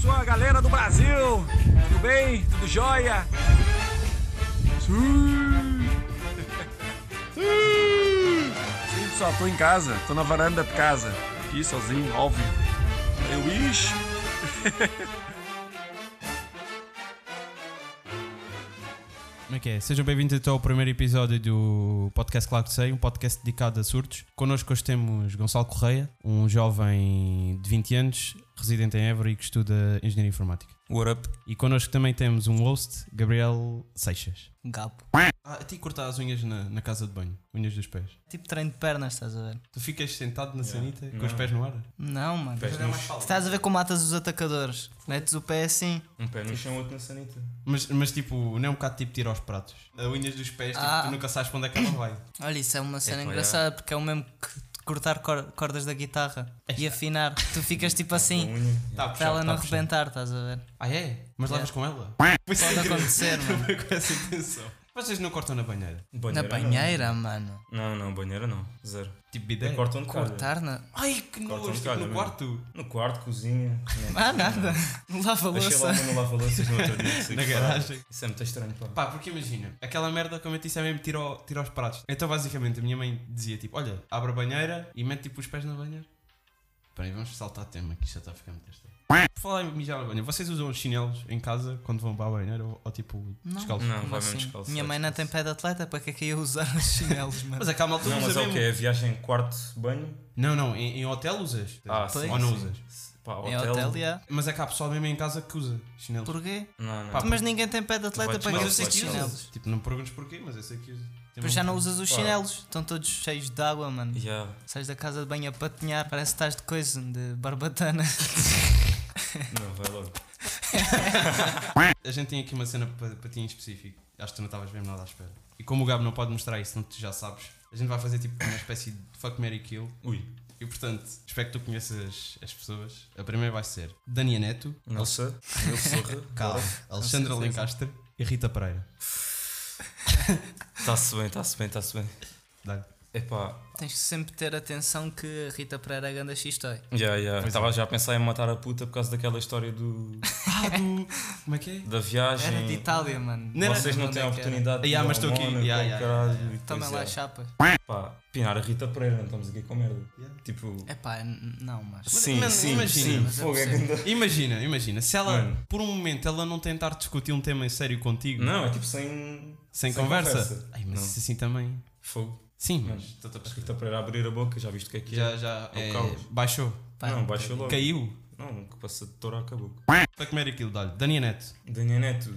sua galera do Brasil? Tudo bem? Tudo jóia? Sim. Sim, pessoal, tô em casa, tô na varanda de casa, aqui sozinho, óbvio. Eu, ixi. Como é que é? Sejam bem-vindos então ao primeiro episódio do podcast Claro que Sei, um podcast dedicado a surdos. Connosco hoje temos Gonçalo Correia, um jovem de 20 anos, residente em Évora e que estuda Engenharia Informática. What up? E connosco também temos um host, Gabriel Seixas. Gabo. Ah, a ti cortar as unhas na, na casa de banho, unhas dos pés. Tipo treino de pernas, estás a ver? Tu ficas sentado na sanita com os pés no ar? Não, mano. Pés no chão. Estás a ver como matas os atacadores. Metes o pé assim. Um pé no chão, outro na sanita. Mas, mas tipo, não é um bocado tipo tirar os pratos. A unhas dos pés, tipo, Ah. tu nunca sabes para onde é que ela vai. Olha, isso é uma cena pá, engraçada porque é o mesmo que cortar cor- cordas da guitarra É e afinar. Tu ficas tipo assim Unha. Tá a puxar, para ela tá não a puxar. arrebentar, estás a ver? Ah é? Mas Yeah. levas com ela? é. Pode acontecer, mano. Foi com essa intenção. Vocês não cortam na banheira? Na Banheira, banheira, mano. Não, não, não, banheira não. Zero. Tipo É. bidé? Cortam de cara. Cortar na. Ai, que nojo, Cortam de tipo calha no mesmo. quarto. No quarto, cozinha. Não. Ah, nada. Lava a Deixei lá louça. uma no lava-louças no outro dia. sei Na que pá. garagem. Isso é muito estranho, pá. Pá, porque imagina, aquela merda, como eu te disse, é mesmo tirar o- tirar os pratos. Então, basicamente, a minha mãe dizia tipo: Olha, abre a banheira e mete tipo os pés na banheira. Peraí, vamos saltar tema, que isto já está a ficar muito estranho. Por falar em mijar na banheira, vocês usam os chinelos em casa quando vão para a banheira ou, ou, tipo Não. descalços? Não, Como vai mesmo assim? descalço. Minha mãe não tem pé de atleta, para que é que ia usar os chinelos, mano? Mas é calma, tu Não, mas usa é o mesmo. que é? Viagem, quarto, banho? Não, não, em, em hotel usas. Ah, sim. ou não sim. usas. Pá, Em hotel, já. Mas é que há pessoal mesmo em casa que usa chinelos. Porquê? Ah, Não, não. Pá, Mas ninguém tem pé de atleta Vai- para mas que Mas eu eu sei é sei que que que chinelos. usas. Tipo, não me perguntes porquê, mas eu sei que usas. Pois já não usas os Pá. chinelos, estão todos cheios de água, mano. Yeah. Sais da casa de banho a patinhar, parece que estás de coisa, de barbatana. Não, vai logo. A gente tem aqui uma cena para, para ti em específico. Acho que tu não estavas mesmo nada à espera. E como o Gabo não pode mostrar isso, não tu já sabes, a gente vai fazer tipo uma espécie de fuck Mary Kill. Ui. E portanto, espero que tu conheças as pessoas. A primeira vai ser Dania Neto, Nossa. Ele sorra. Cal, Alexandra Não sei, sei, Lencastre e Rita Pereira. Está-se bem, está-se bem, está-se bem. Dá-lhe. Epá, Tens que sempre ter atenção que a Rita Pereira é ganda xistói. yeah, yeah. é. estava já a pensar em matar a puta por causa daquela história do, Ah, do. Como é que é? da viagem. Era tipo de Itália, mano. Não, não, Vocês não Onde têm é a que era? oportunidade de Yeah, ir mas ao estou aqui. Mónaco, Yeah, ao yeah, caralho, Yeah, e coisa. assim. Toma lá, chapa. Pá, pinar a Rita Pereira, não estamos aqui com merda. Tipo, É pá, não, mas. sim, mas sim, imagina, sim, mas é fogo é possível. grande. Imagina, imagina, se ela, Mano. por um momento, ela não tentar discutir um tema em sério contigo, Não, é tipo sem. sem, conversa. Ai, mas Não. isso assim também. Fogo. Sim, Mano, mas. estou a Rita Pereira a abrir a boca, já viste o que é que Já, já. É o eh, caos. baixou. é? Não, baixou logo. Caiu. Não, que passa de touro acabou. Para comer aquilo, dá-lhe. Dania Neto. Daniel Neto,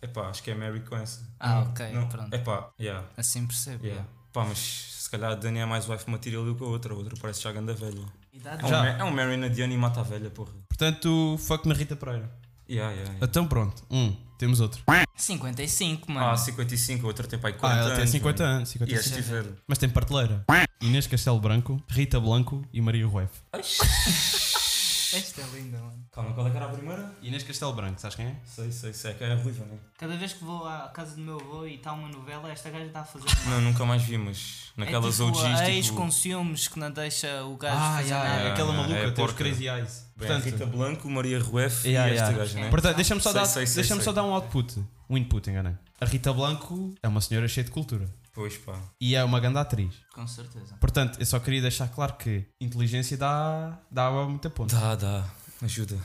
epá, acho que é Mary com essa. Ah, Não, ok, não, pronto. Epá, yeah, Assim percebo. yeah. Pá, mas se calhar a Dani é mais wife material do que a outra, a outra parece já ganda velha. É um, Idade Já. Ma- é um Mary na Diana e mata a velha, porra. Portanto, fuck na Rita Pereira. Yeah, yeah, yeah. Então pronto, um, temos outro. 55, mano. Ah, 55, a outra tem pai 40 Ah, ela tem anos, 50 mano. anos, 50 E anos. este tiver. Mas tem parteleira. Inês Castelo Branco, Rita Blanco e Maria Rueff. Esta é linda, mano. Calma, qual é que era a primeira? Inês Castelo Branco, sabes quem é? Sei, sei, sei, é que era ruiva, né? Cada vez que vou à casa do meu avô e está uma novela, esta gaja está a fazer. Não, nunca mais vi, mas naquelas é tipo OGs, a ex tipo, com ciúmes que não deixa o gajo fazer já, nada. yeah. aquela Ah, maluca, é tem os porca. Crazy Eyes. bem, Rita Blanco, Maria Rueff Yeah, e esta yeah. gaja, né? Portanto, deixa-me só, Sei, dar, sei, sei, deixa-me sei. só dar um output. Um input, enganei. A Rita Blanco é uma senhora cheia de cultura. Pois pá, E é uma grande atriz. Com certeza. Portanto, eu só queria deixar claro que inteligência dá, dá a muita ponta. dá, dá, ajuda.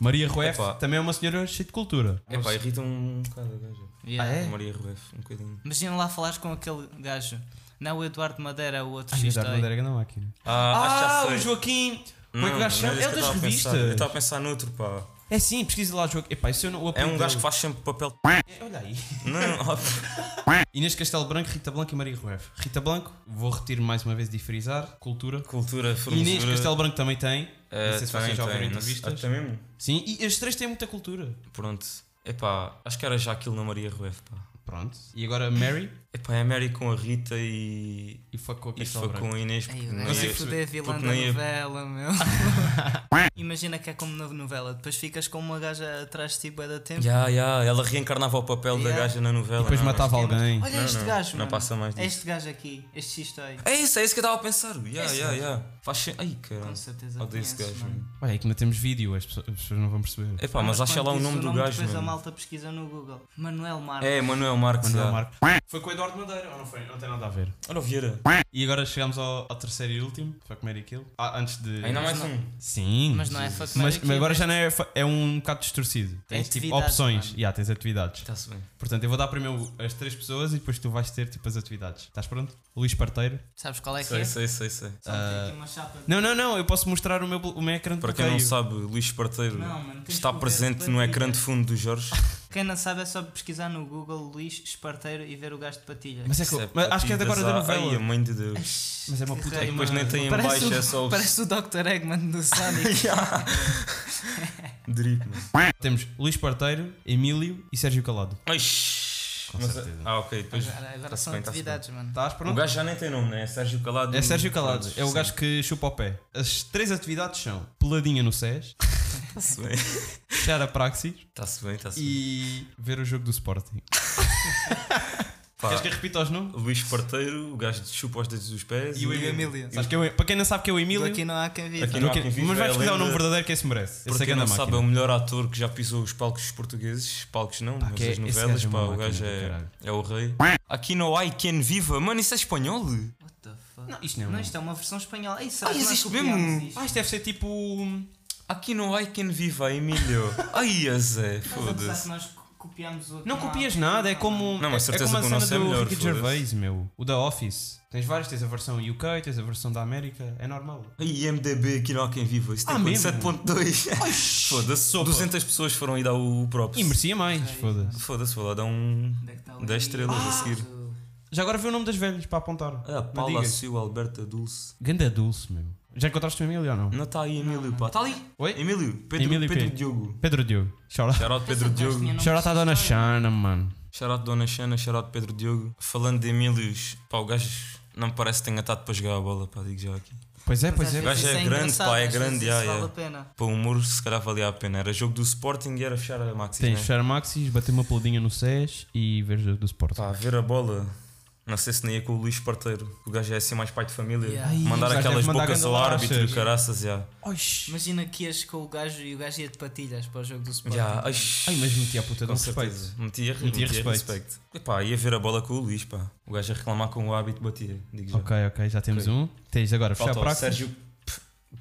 Maria Rueff Epá. também é uma senhora cheia de cultura. É pá, irrita um bocado a gaja. Yeah. Ah, é? Maria Rueff, um bocadinho. Imagina lá falares com aquele gajo. Não o Eduardo Madeira, o outro Ai, xistói. Eduardo Madeira é grande máquina. Ah, acho que já sei. Joaquim! é Não, não chama? isso que eu tava a pensar. Eu estava a pensar noutro, pá. É sim, pesquisa lá Joaquim. Epá, isso eu não, o É um apelido gajo que dele- faz sempre papel. É, Olha aí. Não, ó, Inês Castelo Branco, Rita Blanco e Maria Rueff. Rita Blanco, vou repetir mais uma vez de frisar, cultura. cultura, formosura. Inês Castelo Branco também tem. Eh, não sei se também vocês já ouviram tem, não sei- Ah, é entrevistas. Até mesmo. Sim, e as três têm muita cultura. Pronto. Epá, acho que era já aquilo na Maria Rueff, pá. Pronto. E agora Mary Epá, é a Mary com a Rita e... e Facou E Castelo foi Branco. com a Inês Ai, porque o não gajo ia- é fuder vilã porque da não ia- novela, meu. Imagina que é como na novela, depois ficas com uma gaja atrás de ti bué da tempo. Ya, ya, ela reencarnava o papel da Ya. gaja na novela. E depois não, é? matava alguém. Olha Não, este não, gajo. não mano. passa mais É disso. Este gajo aqui, este xisto aí. É isso, é isso que eu estava a pensar. Ya, Esse ya, gajo. ya. Faz sen- Ai, caralho. É Com certeza. Odeio esse conheces, gajo. mano. mano. Olha, é que não temos vídeo, as pessoas, as pessoas não é vão perceber. Epá, mas acha quando lá é o diz nome do gajo, Depois é a mano. malta pesquisa no Google. Manuel Marques. É, Manuel Marques. Manuel ya. Marcos. Foi com o Eduardo Madeira, ou não foi? Não tem nada a ver. Olha o Vieira. E agora chegamos ao, ao terceiro e último, Fuck Mary Kill. Ah, antes de. Ainda mais um. Sim. Mas não é fuck Mas, Mary mas Kill, agora é- já não é. fa- É um bocado distorcido. Tens tipo atividades, opções. mano. Yeah, tens atividades. Está-se bem. Portanto, eu vou dar primeiro as três pessoas e depois tu vais ter tipo as atividades. Estás pronto? Luís Parteiro. Sabes qual é que Sei, é? sei, sei, sei. Só tem aqui uma chapa. Não, não, não, eu posso mostrar o meu, blo- o meu ecrã de Para quem não bloqueio. sabe, Luís Parteiro Não, mano, tens está que ver, presente tens no que ecrã ver. de fundo do Jorge. Quem não sabe é só pesquisar no Google Luís Esparteiro e ver o gajo de patilha. Mas é que. Isso é mas acho que é de agora da patidas à- Ai, a novela. mãe de Deus. Mas é uma Que puta. rei, é que Depois mano. nem tem em Parece baixo, o- é só o Parece o Dr. Eggman do Sonic. drip, mano. Temos Luís Parteiro, Emílio e Sérgio Calado. Mas- certeza. Ah, ok. Depois... Agora, agora tá-se são bem, tá-se bem. atividades, mano. Estás O pronto? gajo já nem tem nome, né? É Sérgio Calado. É Sérgio Calado, é o Sim. gajo que chupa o pé. As três atividades são peladinha no SES, Está-se bem, fechar a praxis está-se bem. Tá bem. e ver o jogo do Sporting. Pá, Queres que eu repita os nomes? Luís Parteiro, o gajo de chupa os dedos dos pés. E o Emílio. Sabes que é o- para quem não sabe que é o Emílio, Aqui não há quem viva. Aqui do não há que- quem viva, mas é vais a pesquisar o nome lenda- verdadeiro que esse merece. Esse Para é que quem anda não a sabe, é máquina. o melhor ator que já pisou os palcos portugueses. Palcos não, Pá, mas que é- as esse novelas. gajo é Pá, uma o gajo máquina do é, caralho. é o rei. Aqui não há e quem viva. Mano, isso é espanhol? What the fuck? Não, isto não é um- Não, isto é uma versão espanhola. Ei, será Ah, que nós existe copiámos mesmo? isto? Ah, isto deve ser tipo. Aqui não há e quem viva, Emílio. Ai, a Zé, Estás a pensar que foda-se. nós co- copiámos o Não copias nada, é como. Não, mas é- certeza é como a que o nosso cena é do melhor, Ricky foda-se. Gervais, meu. O da Office. Tens vários, tens a versão UK, tens a versão da América, é normal. Ai, MDB, aqui não há quem viva. Isto tem Ah, quanto? mesmo? 7.2. Foda-se, Sopa. 200 pessoas foram aí dar o E próprio. merecia mais, foda-se. Foda-se, vou lá dar um. Onde é que está o 10 Emílio? Ah, estrelas a seguir. Já agora vê o nome das velhas para apontar. Ah, Não Paula, digas. Sil, Alberta, Dulce. Ganda Dulce, meu. Já encontraste o Emílio ou não? Não está aí, Emílio, pá. Está ali. Oi? Emílio, Pedro, Emílio Pedro P. Diogo. Pedro Diogo. Chora. Shout Pensava Pedro que nós Diogo. tínhamos- Chora está a Dona Shana, mano. Shout Dona Xana, shout Pedro Diogo. Falando de Emílios, pá, o gajo não me parece que tenha estado para jogar a bola, pá, digo já aqui. Pois é, Mas pois é. às gajo vezes é isso grande, engraçado, pá, é às vezes grande, isso já, vale já. a pena. Para o humor, se calhar valia a pena. Era jogo do Sporting e era fechar a Maxi. Tens né? fechar Maxis, bater uma peladinha no SES e ver o jogo do Sporting. Pá, ver a bola. Não sei se nem ia com o Luís Parteiro. O gajo é assim mais pai de família. Yeah. Ai, o Mandar gajo aquelas deve mandar bocas ganda ao árbitro laxas. e caraças, já. Oxi. Imagina que ias com o gajo e o gajo ia de patilhas para o jogo do Sporting. Já, ai, Ai, mas meti a puta de um com certeza. respeito. Metia, Metia metia respeito. respeito. respeito. Epá, ia ver a bola com o Luís, pá. O gajo a reclamar com o árbitro batia. Digo já. Ok, ok, já temos Ok. um. Tens agora fechar Falta o Praxis. Sérgio P-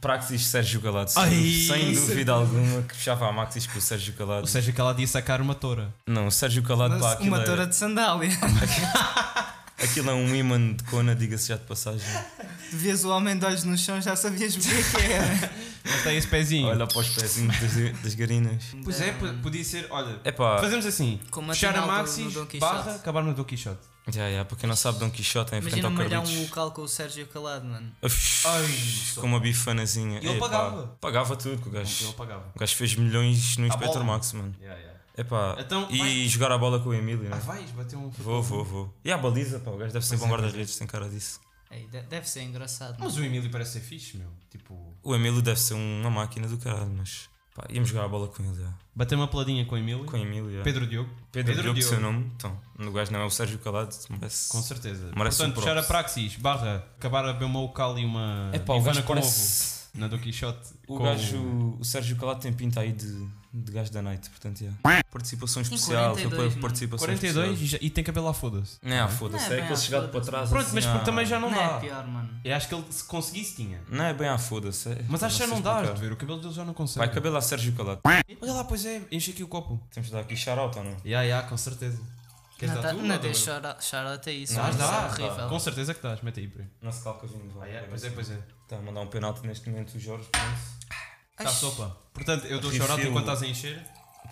Praxis Sérgio Calado. Sem, Ai, sem isso é dúvida alguma que fechava a Maxis com o Sérgio Calado. Ou seja, que ela ia sacar uma toura. Não, o Sérgio Calado, pá, Mas aquilo, uma é, toura de sandália. aquilo é um imã de cona, diga-se já de passagem. Vias o homem de olhos no chão, já sabias o que é que era. Mas tem esse pezinho. Olha para os pezinhos das, das garinas. Pois é, po- podia ser. Olha, Epá, fazemos assim: Como fechar a afinal do- Maxis, no Don Quixote. barra, acabar no Don Quixote. já, já, para quem não sabe, Dom Quixote é em frente Imagina ao malhar Carlitos. um local com o Sérgio Calado, mano. Aff, Ai, com uma bifanazinha. E ele Epá, pagava. Pagava tudo, que o Ele gajo. pagava. O gajo fez milhões no À Inspector bola. Max, mano. Epá, Então, e vai. jogar a bola com o Emílio, Ah, né? vais, bater um. Vou, vou, vou. E a baliza, pá, o gajo deve ser Pois bom é, guarda-redes, tem cara disso. Ei, de- deve ser engraçado. Mas o Emílio parece ser fixe, meu. Tipo. O Emílio deve ser uma máquina do caralho, mas pá, íamos jogar a bola com ele. Já. Bater uma peladinha com o Emílio. Com o Emílio. já. Pedro Diogo. Pedro, Diogo, seu nome. Então, o gajo não é o Sérgio Calado, mas. Com certeza. Merece um Portanto, puxar a props. Praxis, barra, acabar a beber uma Ucal e uma É pá, o Ivana gajo com ovo parece. na Don Quixote. O com- gajo, o Sérgio Calado tem pinta aí de, de gajo da noite, portanto, já. Participação especial, foi 42, para mano. participação 42 e, especial. já- e tem cabelo lá, foda-se. Não, ah, foda-se, é? Não é é bem aquele à chegado para foda-se. trás. Pronto, assim, mas ah, também já não, é dá. pior, mano. Eu acho que ele se conseguisse tinha. Não é bem à foda-se. é. Mas acho que já sei não dá, explicar. de ver, o cabelo dele já não consegue. Vai caber lá Sérgio Calado. Olha lá, pois é, enche aqui o copo. Temos de dar aqui shout-out ou não? Ya, ya, com certeza. Queres Não, dar tá, tu? não ou deixa dou chorar- chorar até isso. eu? Não, mano, Mas isso dá, é horrível. com certeza que estás, mete aí, Pri. Não se calca vindo, vai. Pois é, pois é. Está a mandar um penalti neste momento o Jorge, pronto. Está Tá sopa. Portanto, eu dou Refil. chorote enquanto estás a encher.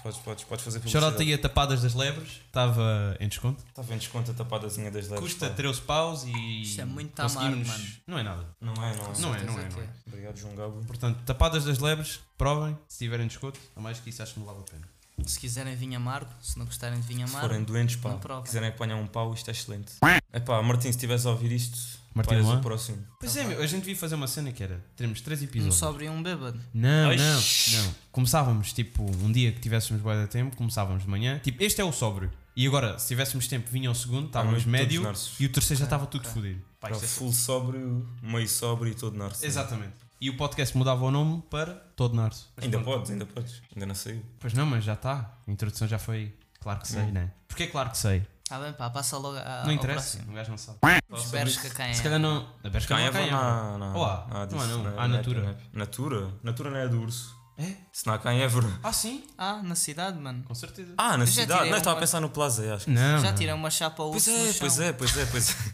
Podes, podes, podes fazer Chorote aí a tapadas das lebres, estava em desconto. Está vendo desconto a tapadazinha das leves. Custa pá. 13 paus e. Isto é muito conseguimos- amargo, mano. Não é nada. Não é, não Não é, é. certeza não é, não que é. é. Obrigado, João Gabo. Portanto, tapadas das lebres, provem, se tiverem desconto, a mais que isso acho que não vale a pena. é. Se quiserem vinho amargo, se não gostarem de vinho Se amargo. forem doentes, pá, não provem. quiserem apanhar um pau, isto é excelente. Epá, Martim, se estiveres a ouvir isto, Martim pá, és Luan? o próximo. Pois é, meu, a gente devia fazer uma cena que era: teremos três Um episódios. sóbrio e um bêbado. Não, Ai, não, shhh. não. Começávamos, tipo, um dia que tivéssemos bué de tempo, começávamos de manhã. Tipo, este é o sóbrio. E agora, se tivéssemos tempo, vinha o segundo, estávamos todos médio narsos. e o terceiro já estava tudo fodido. Pá, Pá, isto é- full sóbrio, meio sóbrio e todo narciso. Exatamente. E o podcast mudava o nome para Todo Narso. Mas Ainda pronto. podes, ainda podes. Ainda não saiu. Pois não, mas já está. A introdução já foi. Claro que Hum. sei, né? Porquê claro que sei? Está Ah, bem, pá, passa logo a, Tá, não ao interessa. próximo. O gajo não sabe. Os Bershka quem Se é? calhar não. A Bershka não Quem é? é quem é. Não, não. Ou há? Não há, disso, não. é- Há é- Natura. não é- Natura? Natura não é do urso. É? Se não há quem é, Bruno. Ah, sim? Ah, na cidade, mano. Com certeza. Ah, na Eu já cidade. tirei Não, um estava a par- pensar no Plaza, acho. Não. Já não. tirei uma chapa ao Pois urso é, no pois chão. é, pois é, pois é.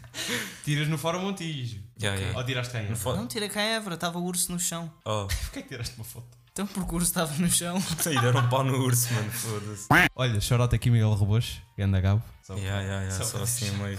Tiras no Fórum Montijo. Já, já. Ou tiraste quem é? Não fo- Não tirei cá a Évora, estava o urso no chão. Oh. Porquê que tiraste uma foto? Então porque o urso estava no chão. E deram um pau no urso, mano. Foda-se. Olha, chorota aqui Miguel Rebos, ganda Gabo. Só- Ya, ya, ya, Só Só para assim a meio.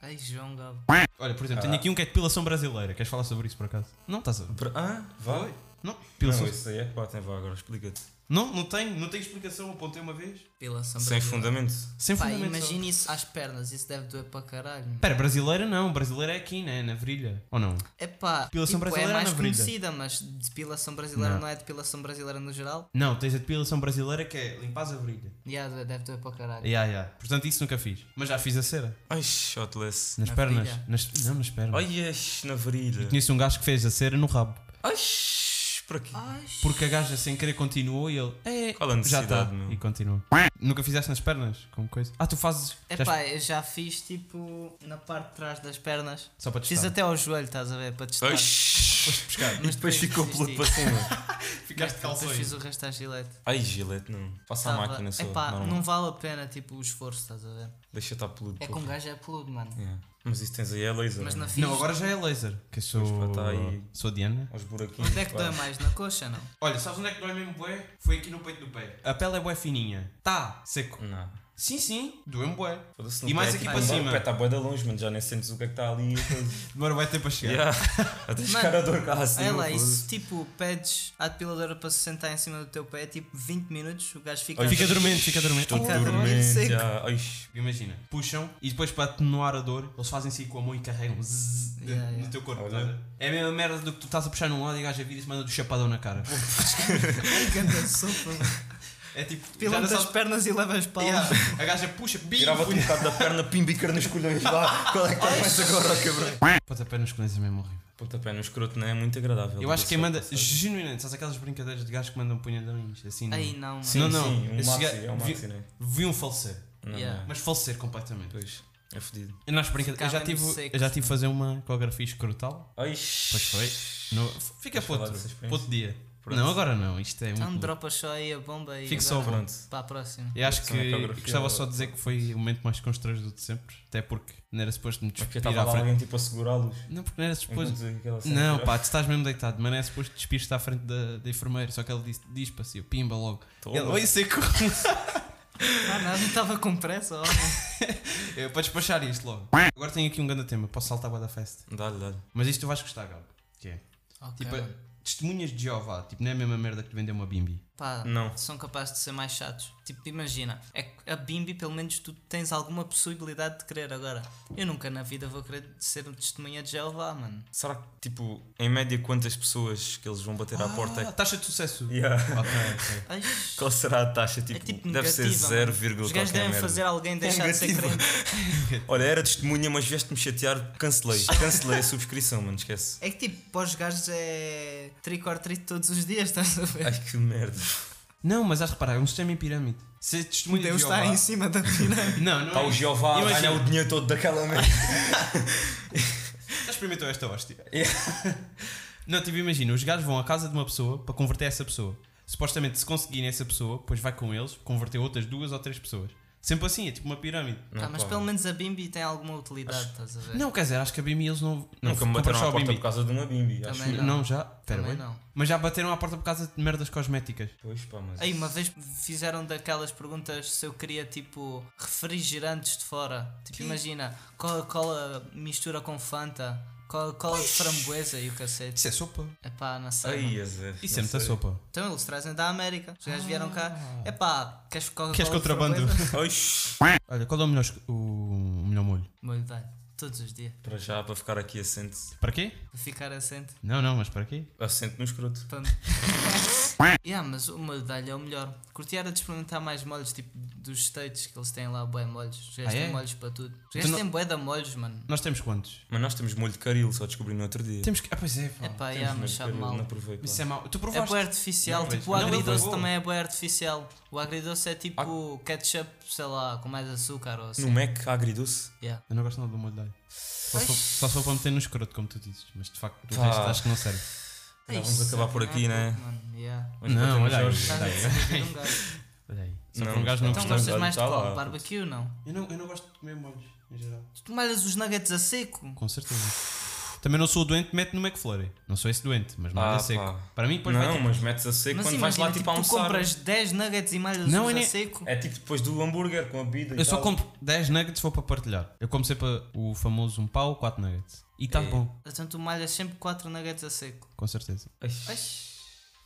Ai, João Gabo. Olha, por exemplo, tenho aqui um que é depilação brasileira. Queres falar sobre isso por acaso? Não, estás a. Bra- Ah, vai. Não, Não, depilação. isso aí é que batem, vá agora, explica-te. Não, não tenho, não tenho explicação, apontei uma vez. Pela sombra. é Sem fundamento. Sem Pá, fundamento. só. imagina isso às pernas, isso deve doer para caralho. mano. Pera, brasileira não, brasileira é aqui, né? Na virilha. Ou não? É pá, Depilação tipo, é brasileira mais na virilha. conhecida, mas depilação brasileira Não. não. é depilação brasileira no geral? Não, tens a depilação brasileira que é limpar a virilha. Yeah, deve- deve doer para caralho. Ya, ya. Portanto, isso nunca fiz. Mas já fiz a cera. Ai, shotless. Nas Na pernas. virilha? Nas- Não, nas pernas. Ai, yes, na varilha. Conheço um gajo que fez a cera no rabo. Ai, shhh, por aqui. Ai, Porque a gaja sem querer continuou e ele. É, Qual a já está. necessidade, meu? E continua. Nunca fizeste nas pernas? Como coisa? Ah, tu fazes. já- É pá, eu já fiz tipo na parte de trás das pernas. Só para Fiz testar. até ao joelho, estás a ver? Para testar. Ai, shhh. Pescar. E depois depois ficou desisti. peludo para cima. Ficaste de Depois calções. fiz o resto à gilete. Ai, gilete, não. Passa a máquina só. É pá, normal. não vale a pena tipo o esforço, estás a ver? Deixa estar peludo. É pô. com um gajo é peludo, mano. Ya. Mas isso tens aí é laser. Mas né? na fiz. Não, agora já é laser. Que eu sou. Mas pá, tá aí. Sou a Diana. Aos buraquinhos. Onde é que pá. dói mais? Na coxa, não? Olha, sabes onde é que dói mesmo bué? Foi aqui no peito do pé. A pele é bué fininha. Tá, seco. Não. Sim, sim, doeu-me bué. Foda-se, E não mais tem aqui tipo para nada. cima. O pé está bué da longe, mano. Já nem sentes o que é que está ali. Demora bué tempo a chegar. Ya. Até chegar a dor cá assim. Olha lá, foda-se. isso tipo, pedes à depiladora para se sentar em cima do teu pé, tipo 20 minutos, o gajo fica. Ai, Fica dormente, fica dormente. Estou Fica dormente. seco. já. Ai, Imagina, puxam e depois para atenuar a dor, eles fazem assim com a mão e carregam zzz, de- Yeah, yeah. no teu corpo. Olha. estás a ver? É a mesma merda do que tu estás a puxar num lado e o gajo vira e se manda do chapadão na cara. Canta sopa. É tipo, já não Pilanta as sabes- pernas e leva as palmas. Yeah. A gaja puxa, bim, Tirava-te um bocado da perna, pimbicar nos colhões lá. Qual é que está mais agora, cabrão? Pois a pé nas coisas é mesmo horrível. Pontapé no escroto não é muito agradável. Eu acho que quem Só manda, passar. genuinamente, sabes aquelas brincadeiras de gajo que mandam punhadões assim. no- Aí não, mano. Sim, Não, não. sim, um Esse maxi, gajo- é um maxi, vi- né? Vi um falecer, Não, Yeah. não. mas falecer completamente. Pois, é fodido. Eu, não, brinca... eu, Ficava já tive, mesmo seco, eu já tive fazer uma ecografia escrotal. Ai, Pois foi. No- Fica Queres para falar outro, dessa para outro dia. Pronto. Não, agora não. Isto é Então muito. louco. dropa só aí a bomba e. Fico vai só o Pronto. Para a próxima. Eu acho Só é uma que ecografia. gostava só de dizer que foi o momento mais constrangido de sempre. Até porque não era suposto me Porque despir estava à lá frente. alguém tipo a segurá-los. Não, porque não era suposto. enquanto aquela cena Não, era- pá, tu estás mesmo deitado, mas não é suposto despir-te à frente da, da enfermeira. Só que ele disse, dispa-se, eu pimba logo. Toma. Ele, oi, seco. Ah, nada, não estava com pressa, ó. mano. É, para despachar isto logo. Agora tenho aqui um grande tema, posso saltar a da festa. Dá-lhe, dá-lhe. Mas isto tu vais gostar, Gabo. Que é? Ok. Tipo, testemunhas de Jeová, tipo, não é a mesma merda que te vendeu uma bimbi. Pá, Não. são capazes de ser mais chatos. Tipo, imagina, é que a Bimbi, pelo menos tu tens alguma possibilidade de querer agora. Eu nunca na vida vou querer ser um testemunha de Jeová, mano. Será que, tipo, em média quantas pessoas que eles vão bater à porta é Ah, taxa de sucesso. Yeah. Ok, ok. Ai, Qual será a taxa? é Tipo, tipo deve negativa. ser 0, mano. Os qualquer gajos devem merda. fazer alguém deixar de ser Negativa. crente. Olha, era testemunha, mas vieste-me chatear, cancelei. Cancelei a subscrição, mano, esquece. É que tipo, para os gajos é trick or treat todos os dias, estás a ver? Ai, que merda. Não, mas has de reparar, é um sistema em pirâmide. Ser testemunha Deus de Jeová. está em cima da pirâmide. Não, não Está é o isso. Jeová a Imagina, ganhar o dinheiro todo daquela merda. Já experimentou esta hóstia? não, tipo, imagina, os gajos vão à casa de uma pessoa para converter essa pessoa. Supostamente, se conseguirem essa pessoa, depois vai com eles converter outras duas ou três pessoas. Sempre assim, é tipo uma pirâmide. Tá, mas pelo menos a Bimbi tem alguma utilidade, estás a ver? Não, quer dizer, acho que a Bimbi eles não. não Nunca me compra bateram só à a porta Bimbi. por causa de uma bimbi, acho. Também Não, não. já? Pera, Também bem. não. Mas já bateram à porta por causa de merdas cosméticas. Pois, pá, mas... Aí uma vez fizeram daquelas perguntas se eu queria tipo refrigerantes de fora. Tipo, imagina, Coca-Cola mistura com Fanta, Cola, cola de framboesa e o cacete. Isso é sopa. Epá, não sei. mano. Ai, a Zé. Isso é não muita sei. sopa. Então eles trazem da América. Os gajos vieram cá. Epá, queres Coca-Cola? Ah. Queres de contrabando? framboesa? Oxi. Olha, qual é o melhor, esco- o melhor molho? Molho de alho, todos os dias. Para já, para ficar aqui assente. Para quê? Para ficar assente. Não, não, mas para quê? Assente no escroto. Pam. yeah, mas o molho de alho é o melhor. Curti era de experimentar mais molhos, tipo dos States, que eles têm lá bué molhos. Os gajos Ah, é? têm molhos para tudo. Os Tu gajos não- têm bué de molhos, mano. Nós temos quantos? Mas nós temos molho de caril, só descobri no outro dia. Temos que. Ah, pois é, pá. Temos Epá, yeah, molho mas de sabe caril, mal. Não provei. pá. Isso é mau. Tu É provaste. bué artificial, Não, tipo o pois. Não, ele agridoce provou. também é bué artificial. O agridoce é tipo Ah. ketchup, sei lá, com mais açúcar ou assim. No Mac agridoce. Yeah. Eu não gosto nada do molho de alho. Só sou, só sou para meter no escroto, como tu dizes. Mas de facto, o Pá. resto acho que não serve. Já vamos acabar por aqui, né? Tá Mano, yeah. Mas Não, batemos olha aí. Jorge. Estás a decidir um gajo. Olha aí. Só Não, para um gajo não está- gostar. Então gostas mais de Tá lá, qual? puto. Barbecue não? Eu não, eu não gosto de comer molhos, em geral. Tu malhas os nuggets a seco? Com certeza. Também não sou o doente, mete no McFlurry. Não sou esse doente, mas molho Ah, é seco. pá. Para mim, depois vai Não, tipo... mas metes a seco Mas quando imagina, vais lá tipo, tipo a tu almoçar. compras 10 nuggets e malhas Não, os é a nem- seco? É tipo depois do hambúrguer com a bebida. Eu só compro 10 nuggets se for para partilhar. Eu como sempre o famoso um pau, 4 nuggets. E está É. bom, Então tu malhas sempre 4 nuggets a seco. com certeza. Oxi.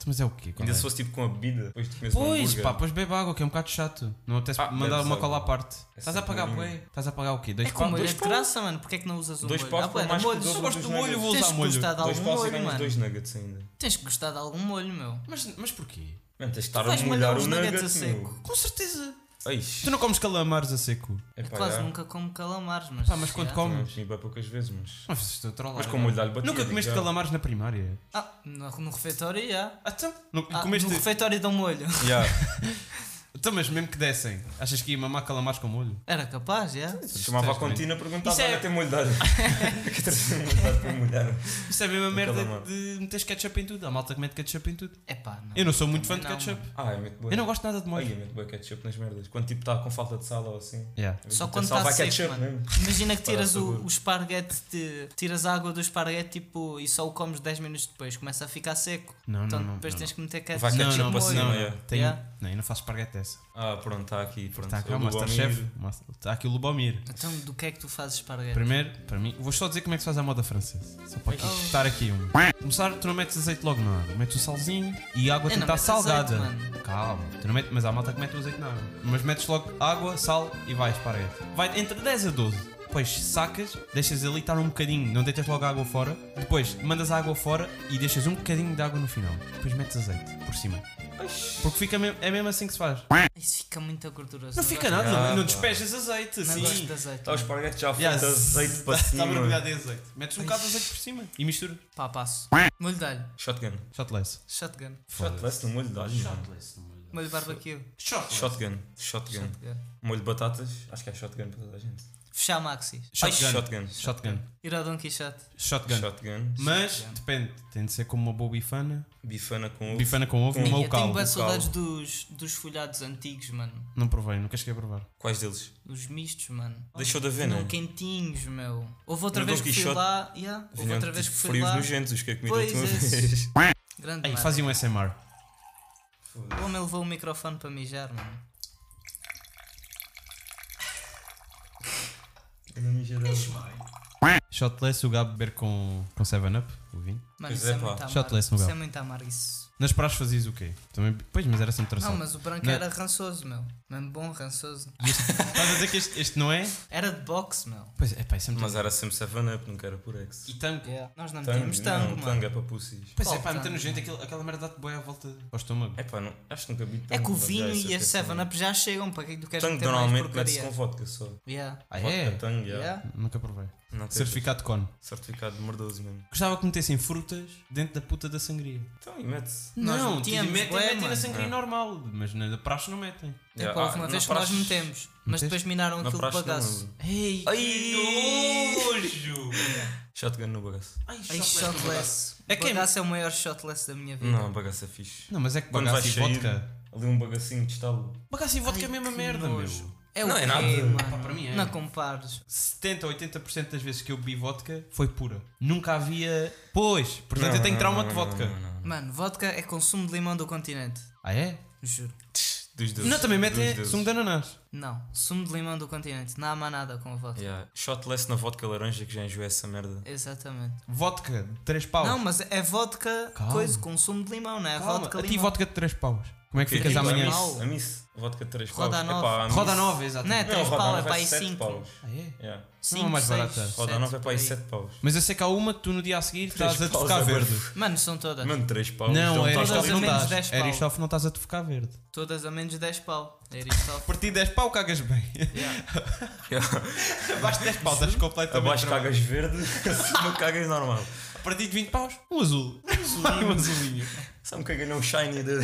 Mas é o quê? Qual Ainda é? se fosse tipo com a bebida, depois de comes o Pois, hambúrguer. pá, pois bebe água, que é um bocado chato. Não apetece Ah, mandar bebes uma cola à água. parte. É Estás a sempre pagar um bué? Estás a pagar o quê? Dois É com paus? molho dois de graça, mano. Porquê é que não usas o Dois molho? paus Ah, por bué, de mais que o molho. dobro Só Só gosto do dos molho, nuggets. vou Tens usar que um molho. gostar de Dois algum paus e molho, ganhas mano. dois nuggets ainda. Tens que gostar de algum molho, meu. Mas, mas porquê? Mano, tens de Tu estar a vais molhar malhar o os nugget nuggets a seco. meu. Com certeza. Ai, Tu não comes calamares a seco. é Eu pá, quase já. nunca como calamares, mas. Pá, mas quando já. Também comes. comi bem poucas vezes, mas. Mas estou a trollar. Mas com molho de é alho batido, é? Nunca comeste já. calamares na primária. Ah, no, no refeitório, já. Então, não, Ah, comeste. No refeitório dão molho. Já. Então, mas mesmo que dessem, achas que ia mamar calamares com molho? Era capaz, já. Chamava a Estranho. contina e perguntava: Isso é- olha, tem molho de alho. que trazia molho de alho para molhar. Isso é a mesma merda calamar. de meteres ketchup em tudo. Há malta que mete ketchup em tudo. É pá, não. Eu não sou muito fã de Também não, ketchup. Ah, é muito bom. Eu não gosto nada de Ai, eu molho. meto boi ketchup nas merdas. Quando tipo está com falta de sal ou assim. Yeah. Eu Só meto quando sal, está vai seco, ketchup mano. mesmo. Imagina que Para dar tiras o, sabor. o esparguete, de- tiras a água do esparguete tipo, e só o comes 10 minutos depois, começa a ficar seco. Não, não, então não, depois não, tens que meter ketchup. Vai Não, ketchup assim, é? não, para não, cima, não, yeah. Tenho- Yeah. não, eu não faço esparguete dessa. Ah, pronto, está aqui. Pronto. Está cá Tá é o Lubomir. Masterchef. Mas- Está aqui o Lubomir. Então do que é que tu fazes esparguete? Primeiro, para mim, vou só dizer como é que se faz a moda francesa. Só para É aqui, estar aqui um. Começar, tu não metes azeite logo na água. Metes o salzinho e a água Eu tem que não estar meto azeite, salgada. mano. Calma, tu não metes, mas há malta que mete o azeite na água. Mas metes logo água, sal e vais para aí. Vai entre 10 a 12. Depois sacas, deixas ali estar um bocadinho, não deitas logo a água fora. Depois mandas a água fora e deixas um bocadinho de água no final. Depois metes azeite por cima. Porque fica mesmo- é mesmo assim que se faz. Isso fica muito gorduroso. Não fica nada, Ah, não pá. despejas azeite. Não assim. gosto de azeite. Está Tá, o esparguete já feito Yes. azeite para Está cima. Tá mergulhado em azeite. Metes um bocado de azeite por cima e mistura. Pá, passo. Molho de alho. Shotgun. Shotless. Shotgun. Shotless no molho de alho. mano. Molho de barbecue. Shotless. Shotgun. Shotgun. Shotgun. Molho de batatas. Acho que é shotgun para toda a gente. Fechar maxis. Ai, Shotgun. Shotgun. Shotgun. Ir ao Don Quixote. Shotgun. Shotgun. Mas depende, tem de ser como uma boa bifana. Bifana com ovo. Bifana com ovo, Com- uma Ei, ou eu tenho caldo. bem o saudades dos, dos folhados antigos, mano. Não provei, não queres que eu provar. Quais deles? Os mistos, mano. Deixou de haver, Tinham não? quentinhos, meu. Houve outra No vez Dom que fui Quixote lá. Yeah, houve Vinham outra vez que tipo fui frios lá. nojentos, os que eu comi da Pois, é. última vez. esses. Grande, Ei, mano. fazem um SMR. O homem levou o microfone para mijar, mano. Shotless, o Gabo beber com 7-Up, o vinho. Mano, Pois isso é, é, pá. muito amargo. Shotless no Isso é Gabo. muito amargo, isso. Nas praxes fazias o quê? Também, pois, mas era sempre tração. Não, mas o branco Não. era rançoso, meu. Mesmo bom, rançoso. Estás a dizer que este, este não é? Era de boxe, meu. Pois é, pá, é sempre... Mas era sempre 7-Up, nunca era por ex. E tango. Nós não Tango, tínhamos tango, não, mano. tango é para pussies. Pois é, Qual pá, é muito tango? nojento, aquilo- aquela merda dá-te boia à volta ao estômago. É pá, não- acho que nunca vi tango. É que o mas já vinho isso e a é péssimo. 7-Up já chegam, para que é que tu queres Tango meter mais normalmente mete-se com porcaria? vodka só. Yeah. Ah, Vodka, é? tango, já. Yeah. Nunca provei. Não tem Certificado de cone. certificado de merdoso mesmo. Gostava que metessem frutas dentro da puta da sangria. É. Então, e mete-se. Nós Não, metíamos, metem, bué, metem na mano. sangria Ah. normal, mas na da praxe não metem. É Yeah, pá, houve ah, uma na vez que nós praxe- metemos, mas Meteste? depois Na minaram aquilo de praxe bagaço. não. Ei, que nojo! Shotgun no bagaço. Ai, Ai, shotless no bagaço. shotless. É É quem- Bagaço é o maior shotless da minha vida. Não, bagaço é fixe. Não, mas é que Quando bagaço e vais sair, vodka. ali um bagacinho de estalo. Bagaço e vodka é a Ai, mesma que merda, nojo. meu. É o Não, quê, é nada. mano? Epá, para mim é. Não compares. 70 ou 80% das vezes que eu bebi vodka foi pura. Nunca havia. Pois, portanto Não, eu tenho não, trauma não, de não, vodka. não, não, não. Mano, vodka é consumo de limão do continente. Ah é? Juro. Dos deuses, não, também dos metem deuses. um sumo de ananás. Não. Sumo de limão do continente. Não há mais nada com a vodka. Yeah. Shotless na vodka laranja que já enjoei essa merda. Exatamente. Vodka de 3 paus. Não, mas é vodka Calma. coisa com sumo de limão, não é? Calma, Vodka a limão. ti vodka de 3 paus. Como é que ficas Tipo, amanhã? A Mau. miss, a miss. Vodka de 3 Roda a paus. nove. Epá, Roda a miss- 9, Não é exatamente. 3 roda a pau, é nove para aí sete 5. paus. Ah, é? Yeah. Não é 5, mais 6, barata. Roda 9 é para aí 7 paus. Mas eu sei que há uma que tu no dia a seguir estás a Três tocar paus, é verde. Mano, são todas. Mano, 3 paus. Não, é Então Aristófanes estás- todas a não menos dez estás. pau. Aristófanes não estás a tocar verde. Todas a menos 10 pau. É Aristófanes. Por ti 10 pau cagas bem. Yeah. Abaixo de 10 pau estás completamente. Abaixo tramado. cagas verde, acima cagas normal. A partir de 20 paus, um azul. Um azulinho. um azulinho. Sabe que ganhou um shiny de.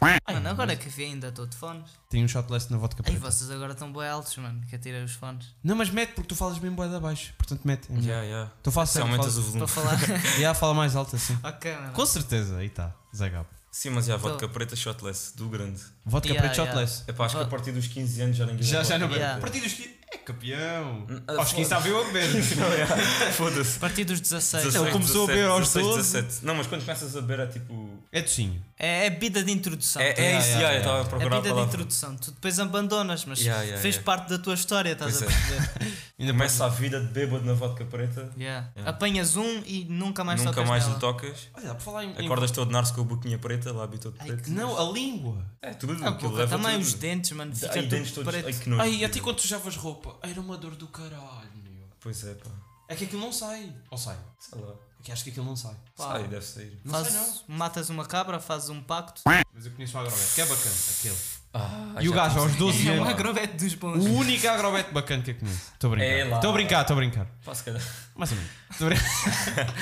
Mano, agora que vi ainda estou de fones. Tem um shotless na vodka Aí preta. vocês agora estão boi altos, mano, que atirei os fones. Não, mas mete porque tu falas bem boa de abaixo. Portanto, mete. É melhor. Yeah, yeah. Tu falas Se certo. aumentas o Falas... volume. Para falar. Yeah, então fala mais alto assim. ok, mano. Com certeza, aí está. Zé Gabo. Sim, mas já, então- vodka preta shotless, do grande. Vodka Yeah, preto yeah. shotless. Epá, acho que a Vo- partir dos 15 anos já ninguém Ah. Já, bebe já não vodka bebe. Yeah. A preta. partir dos 15. É campeão. Ah, Aos 15 estava eu a beber. Não, yeah. Foda-se. A partir dos 16. 16, Ele começou a beber aos 12. 17. Não, mas quando começas a beber é tipo. É docinho. É, é bebida de introdução. É, tá? é isso, yeah, yeah, yeah. eu estava a é procurar a bebida de palavra. introdução. Tu depois abandonas, mas Yeah, yeah, fez yeah. parte da tua história, estás Pois é. a perceber. Ainda Começa a vida de bêbado na vodka preta, Yeah. Yeah. Apanhas um e nunca mais nunca tocas mais nela. lhe tocas, Olha, por falar em. em- acordas todo narso com a boquinha preta, lábio todo Ai, preto. Não, a língua. É tudo, Ah, aquilo boca, leva também tudo. os dentes, mano. Fica Ai, tudo dentes todos. preto. Ai, que nojo. Ai, a ti quando tu sujavas roupa, era uma dor do caralho, meu. Pois é, pá. É que aquilo não sai. Ou sai. Sei lá. É que acho que aquilo não sai. Pá. Sai, deve sair. Não Fazes- sei não. Matas uma cabra, fazes um pacto. Mas eu conheço um agrobete, que é bacana, aquele. Ah, e o já gajo aos estamos 12 É um anos. agrobete dos bons. O único agrobete bacana que eu conheço. Estou a É brincar. lá. Estou a brincar, estou a brincar. aqui. Pá, se calhar. Mais ou menos. Estou a brincar.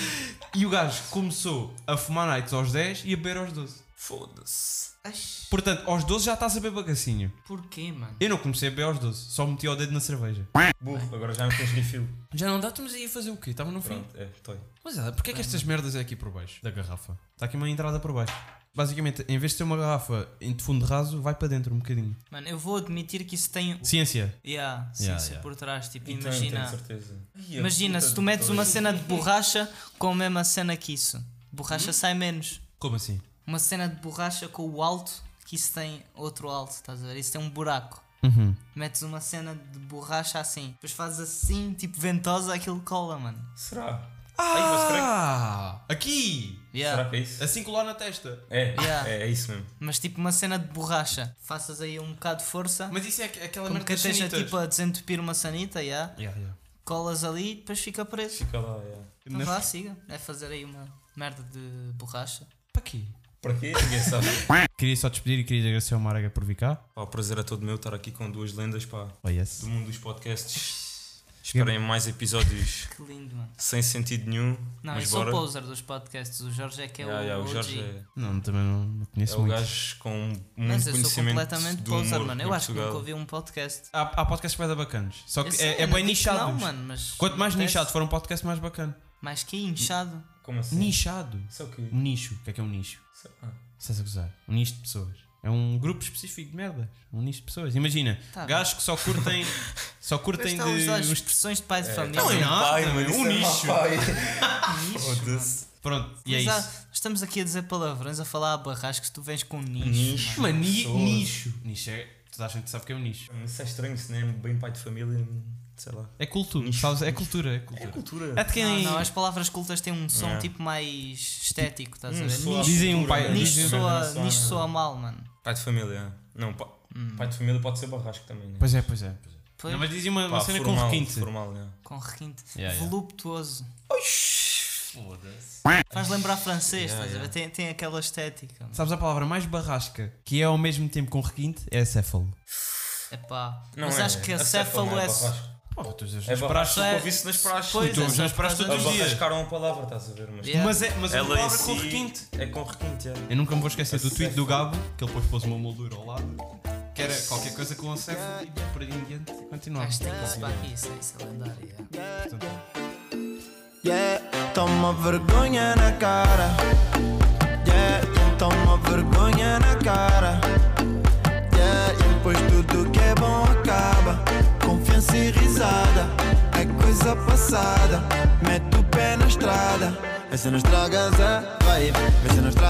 e o gajo começou a fumar nights aos 10 e a beber aos 12. Foda-se. Ai, Portanto, aos 12 já estás a beber bagacinho. Porquê, mano? Eu não comecei a beber aos 12, só meti o dedo na cerveja. Burro, agora já não tens refil. Já não dá, mas aí a fazer o quê? Estava no fim. Pronto, é, toi. Mas é, porque é que estas merdas é aqui por baixo da garrafa? Está aqui uma entrada por baixo. Basicamente, em vez de ter uma garrafa em de fundo raso, vai para dentro um bocadinho. Mano, eu vou admitir que isso tem. Ciência. Yeah, sim, Yeah, sim, yeah. por trás. Tipo, Então, imagina. tenho certeza. Ai, a Imagina, puta se de tu metes toi. uma cena de borracha com a mesma cena que isso. Hum? Borracha sai menos. Como assim? Uma cena de borracha com o alto, que isso tem outro alto, estás a ver? Isso tem um buraco. Uhum. Metes uma cena de borracha assim. Depois fazes assim, tipo ventosa, aquilo cola, mano. Será? Ah! Aqui! Yeah. Será que é isso? Assim colar na testa. É, Yeah. é, é isso mesmo. Mas tipo uma cena de borracha. Faças aí um bocado de força. Mas isso é aqu- aquela Como merda que das esteja sanitas. tipo a desentupir uma sanita, yeah. Yeah, yeah. colas ali e depois fica preso. Fica lá, yeah. Mas vá, siga. É fazer aí uma merda de borracha. Para quê? Para quê? Ninguém sabe. Queria só despedir e queria agradecer ao Maraga por vir cá. Pá, o prazer é todo meu estar aqui com duas lendas, pá, Oh, yes. do mundo dos podcasts. Esperem mais episódios Que lindo, mano. sem sentido nenhum. Não, mas eu sou bora. o poser dos podcasts. O Jorge é que é Yeah, o, yeah, o OG. Jorge é, Não, também não, não é conheço o muito. gajo com muito Mas eu sou conhecimento completamente do humor poser, mano. Eu em acho que nunca Portugal. ouvi um podcast. Há, há podcasts bem bacanas. Só que Eu sei, é, é eu não bem digo que nichado. Não, mano, mas. Quanto mais acontece. nichado for um podcast, mais bacana. Mais que inchado. Como assim? Nichado. Só que... ah. Um nicho. O que é que é um nicho? Sei lá. Estás a gozar? Um nicho de pessoas. É um grupo específico de merdas. Um nicho de pessoas. Imagina, Tá bem. gajos que só curtem. só curtem Tem de... as de. uns- expressões de pais de família. Não é mano. nada, Pai, mano, mano, um isso é nicho. papai. Nicho, Foda-se. Pronto, e é Mas há- isso. Estamos aqui a dizer palavrões, a falar a barrascos, tu vens com um nicho. Nicho. mano. Mano, ni- pessoas. nicho. Nicho é. Toda a gente sabe o que é um nicho. Isso é estranho, se não é bem pai de família, sei lá. É cultura. Nicho. sabes? É cultura. É É cultura. cultura. É de quem. Não, não, as palavras cultas têm um som Yeah. tipo mais estético, estás a Hum, ver? soa a Nicho, Dizem um cultura, pai- mano. nicho, Dizem- soa, nicho Hum. soa mal, mano. Pai de família, é. não, pa- pai de família pode ser barrasco também, né? Pois é, pois é. pois é. Pois, Não, mas dizia uma, uma Pá, cena formal, com requinte. Formal, é. Com requinte. Yeah, yeah. Voluptuoso. Foda-se. Faz lembrar francês, Yeah, estás a yeah. ver? Tem, tem aquela estética. mano. Sabes a palavra mais barrasca que é ao mesmo tempo com requinte? É acéfalo. Epá. Não mas é, acho que é acéfalo não é. é barrasco. Pô, tu já É esperaste barrasco, é- eu ouvi isso nas né? praxes. Pois, tu é, já só esperaste por causa todos os dias. Abarrascaram a palavra, estás a ver? Mas Yeah. Mas é mas uma ela em palavra com si requinte. É com requinte, é. Eu nunca me vou esquecer do tweet Acéfalo. do Gabo, que ele depois pôs uma moldura ao lado, que era qualquer coisa com acéfalo e por aí em diante continuava. Acho que tem que se aqui, isso, isso é lendário. yeah. Yeah, toma vergonha na cara. Yeah, toma vergonha na cara. Yeah, pois tudo que é bom acaba. Confiança e risada é coisa passada. Mete o pé na estrada. Vê se não estragas a vibe. Vê se não estragas